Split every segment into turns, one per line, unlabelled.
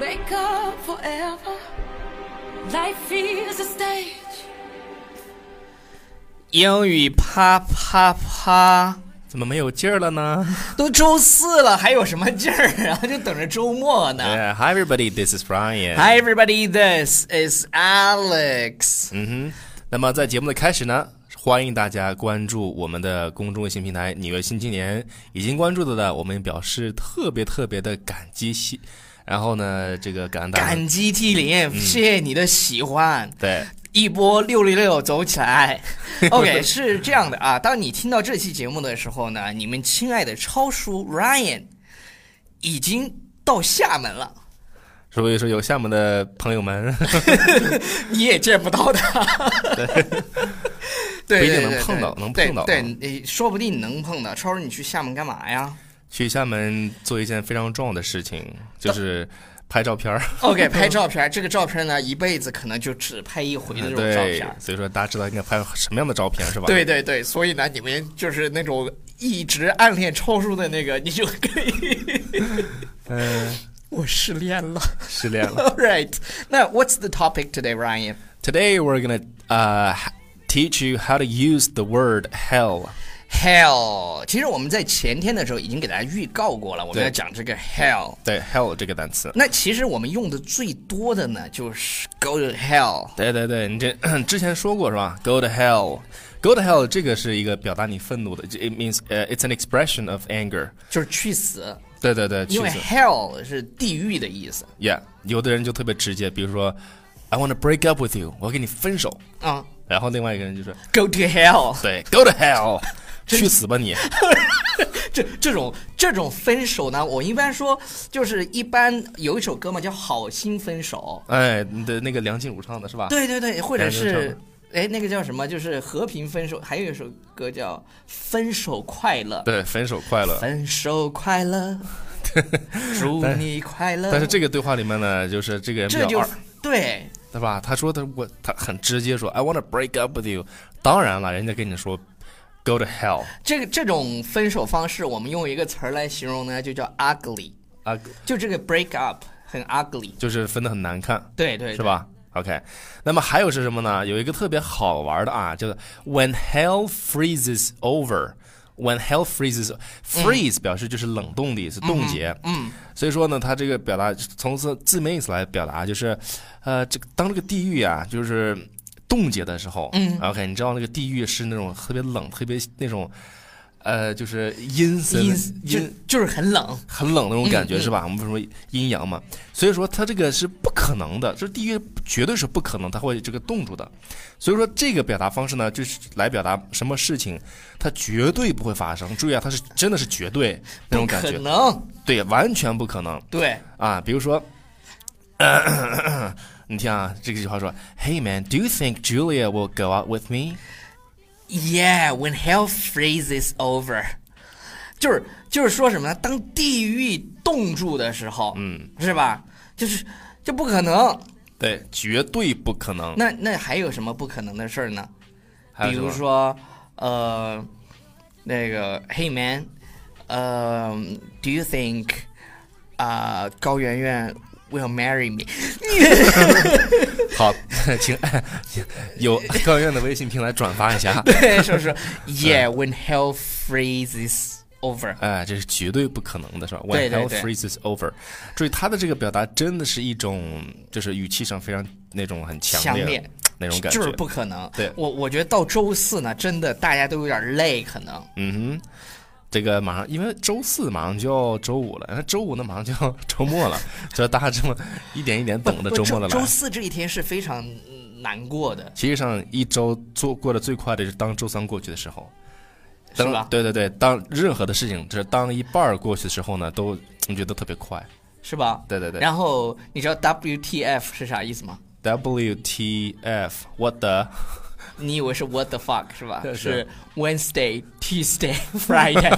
wake up forever. Life is a stage.
英语啪啪啪，
怎么没有劲儿了呢？
都周四了，还有什么劲儿啊？就等着周末呢。
Yeah, hi everybody, this is Brian.
啊 Hi everybody, this is Alex。
嗯哼。那么在节目的开始呢，欢迎大家关注我们的公众微信平台《纽约新青年》，已经关注的呢，我们表示特别特别的感激谢。然后呢，这个感恩大家。
感激涕零，谢谢你的喜欢。
对，
一波六六六走起 来！OK，是这样的啊，当你听到这期节目的时候呢，你们亲爱的超叔 Ryan 已经到厦门了，
所以说有厦门的朋友们
你也见不到他，对，
不一
对
定
对
能碰到
对
能
对
碰到
对，
啊
你说不定你能碰到。超叔，你去厦门干嘛呀
去厦门做一件非常重要的事情，就是拍照片儿。
？OK，拍 照片，这个照片呢，一辈子可能就只拍一回的这种照
对
片，。
所以说大家知道应该拍什么样的照片是吧？
对对对，所以呢，你们就是那种一直暗恋超叔的那个，你就可以。
嗯，
我失恋 了。
失恋了。
All right. Now, what's the topic today, Ryan?
Today we're gonna uh, h- teach you how to use the word hell.
Hell，其实我们在前天的时候已经给大家预告过了，我们
对
要讲这个 hell。
对，hell 这个单词。
那其实我们用的最多的呢，就是 go to hell。
对对对，你这之前说过是吧？Go to hell. Go to hell 这个是一个表达你愤怒的这，it means 呃、it's an expression of anger。
就是去死，
对对对，
因为
去死
hell 是地狱的意思
Yeah，有的人就特别直接，比如说 I want to break up with you，我要跟你分手。
啊。
然后另外一个人就说
Go to hell，
对，Go to hell，去死吧你。
这这种这种分手呢，我一般说就是一般有一首歌嘛，叫《好心分手
哎，你的那个梁静茹唱的是吧？》。
啊对对对，或者
哎那叫什
是
么
哎那个叫什么，就是和平分手，还有一首歌叫《分手快乐》。
对，分手快乐。
分手快 乐，祝你快乐。
但是这
个
个对话里面呢，就是这个人比
这
较
就
二
是。对
对吧？他说的我他很直接说 I want to break up with you。当然了，人家跟你说 Go to hell
这个这种分手方式，我们用一个词儿来形容呢，就叫 ugly，
啊，
就这个 break up 很 ugly。
就是分的很难看，
对对，
是？吧？OK，那么还有是什么呢？有一个特别好玩的啊，叫做 When hell freezes over。When hell freezes freeze 表示就是冷冻的意思，冻结。嗯，所以说呢，它这个表达从字字面意思来表达就是，呃，这个当这个地狱啊，就是冻结的时候，嗯，OK，你知道那个地狱是那种特别冷、特别那种，呃，就是阴森、
阴就
阴
就是很冷，
很冷的那种感
嗯
觉、
嗯
是吧？我们说阴阳嘛，所以说它这个是不可能的，就是地狱绝对是不可能它会这个冻住的。所以说这个表达方式呢，就是来表达什么事情它绝对不会发生。注意啊，它是真的是绝对那种感
不
觉
可，能。
对，完全不可能
对
啊。比如说， 你听啊，这句话说：“Hey man, do you think Julia will go out with me?
，Yeah，when hell freezes over，就是就是说什么呢？当地狱冻住的时候，嗯，是吧？就是这不可能。”
对，绝对不 可能。
那那还有什么不可能的事儿呢？
还有
比
什
如
么
说，呃，那个 Hey man，呃，Do you think 啊、高圆圆 will marry me？
好， 请有高院的微信平台转发一下。
对，是不 是？Yeah，when hell freezes over。
哎，这是绝对不可能的，是吧
对
？When
对
hell
对
freezes over，注意他的这个表达真的是一种，就是语气上非常那种很强
强
烈的
烈
那种感觉。
就是不可能。
对
我我觉得到周四呢，真的大家都有点累，可能。
嗯哼，这个马上因为周四马上就要周五了，那周五呢马上就要周末了， 所以大家这么一点一点等着
不
周末的
周
来。
四这一天是非常嗯难过的，
其实上一周做过得最快的就是当周三过去的时候，
是
当
吧？
对对对，当任何的事情，就是当一半儿过去的时候呢，都你觉得特别快。
是吧？
对对对
然后你知道 WTF 是啥意思吗？
WTF，what the？
你以为是 What the fuck 是吧？
是
是 Wednesday、Tuesday、Friday。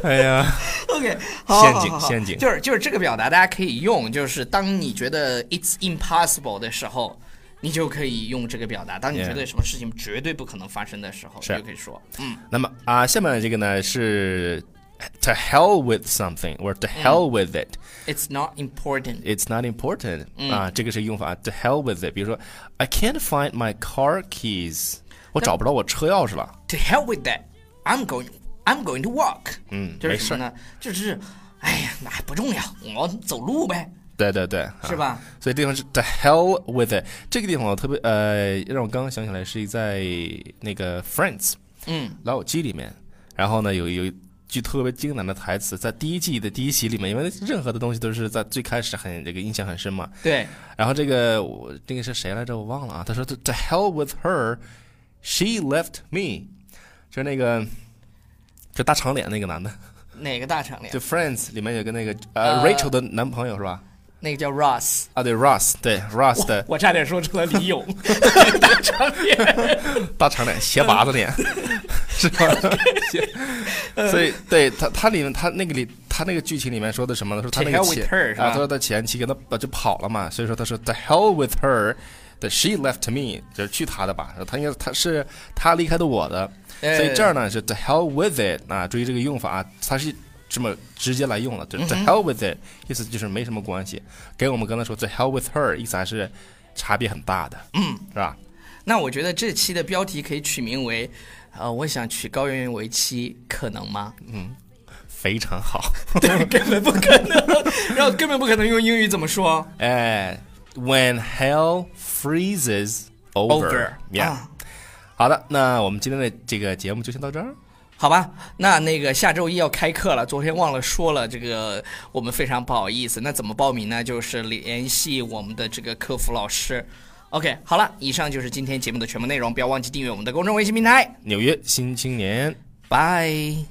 哎呀。
OK，好好好
陷阱
好好
陷阱
就是就是这个表达，大家可以用，就是当你觉得 It's impossible 的时候。你就可以用这个表达，当你
Yeah
觉得什么事情绝对不可能发生的时候，
是
你就可以说，嗯，
那么啊，下面这个呢是 to hell with something or to hell with it。
It's not important.
It's not important 啊，这个是用法。To hell with it，比如说，I can't find my car keys，我找不着我车钥匙了。
To hell with that. I'm going. I'm going to walk.
嗯
这是什么呢？这是，哎呀，那不重要，我走路呗。
对对对，啊
是吧？
所以这地方是 the hell with it。这个地方我特别呃，让我刚刚想起来是在那个 Friends，
嗯，
老友记里面，然后呢有有一句特别经典的台词，在第一季的第一集里面，因为任何的东西都是在最开始很这个印象很深嘛。
对，
然后这个我这个是谁来着？我忘了啊。他说 the hell with her，she left me，就是那个就大长脸那个男的，
哪个大啊厂的呀
就？Friends 里面有个那个呃
呃
Rachel 的男朋友是吧？
那个叫 Ross。
啊，对，Ross，对 Ross 的
我差点说成了李勇，大长脸。
大长脸、斜拔子脸，
嗯
是 吧？斜所以，对他，他里面他那个里，他那个剧情里面说的什么呢？说他那
To
个
hell with
前
her，是吧
啊，他说他前妻跟他就跑了嘛，所以说他说 the hell with her。that she left me，就是去他的吧，他应该他是他离开的我的，
哎
所以这儿呢是 the hell with it 啊，注意这个用法、啊，它是这么直接来用了，
嗯
就是 the hell with it，意思就是没什么关系，跟我们刚才说 the hell with her 意思还是差别很大的，嗯，是吧？
那我觉得这期的标题可以取名为，呃，我想娶高圆圆为妻，可能 吗？
非常好。
对，根本不可能， 然后根本不可能用英语怎么说
哎，When hell freezes over，yeah
啊。
好的，那我们今天的这个节目就先到这儿。
好吧，那那个下周一要开课了，昨天忘了说了，这个我们非常不好意思。那怎么报名呢？就是联系我们的这个客服老师。OK，好了，以上就是今天节目的全部内容，不要忘记订阅我们的公众微信平台。
纽约新青年。
Bye。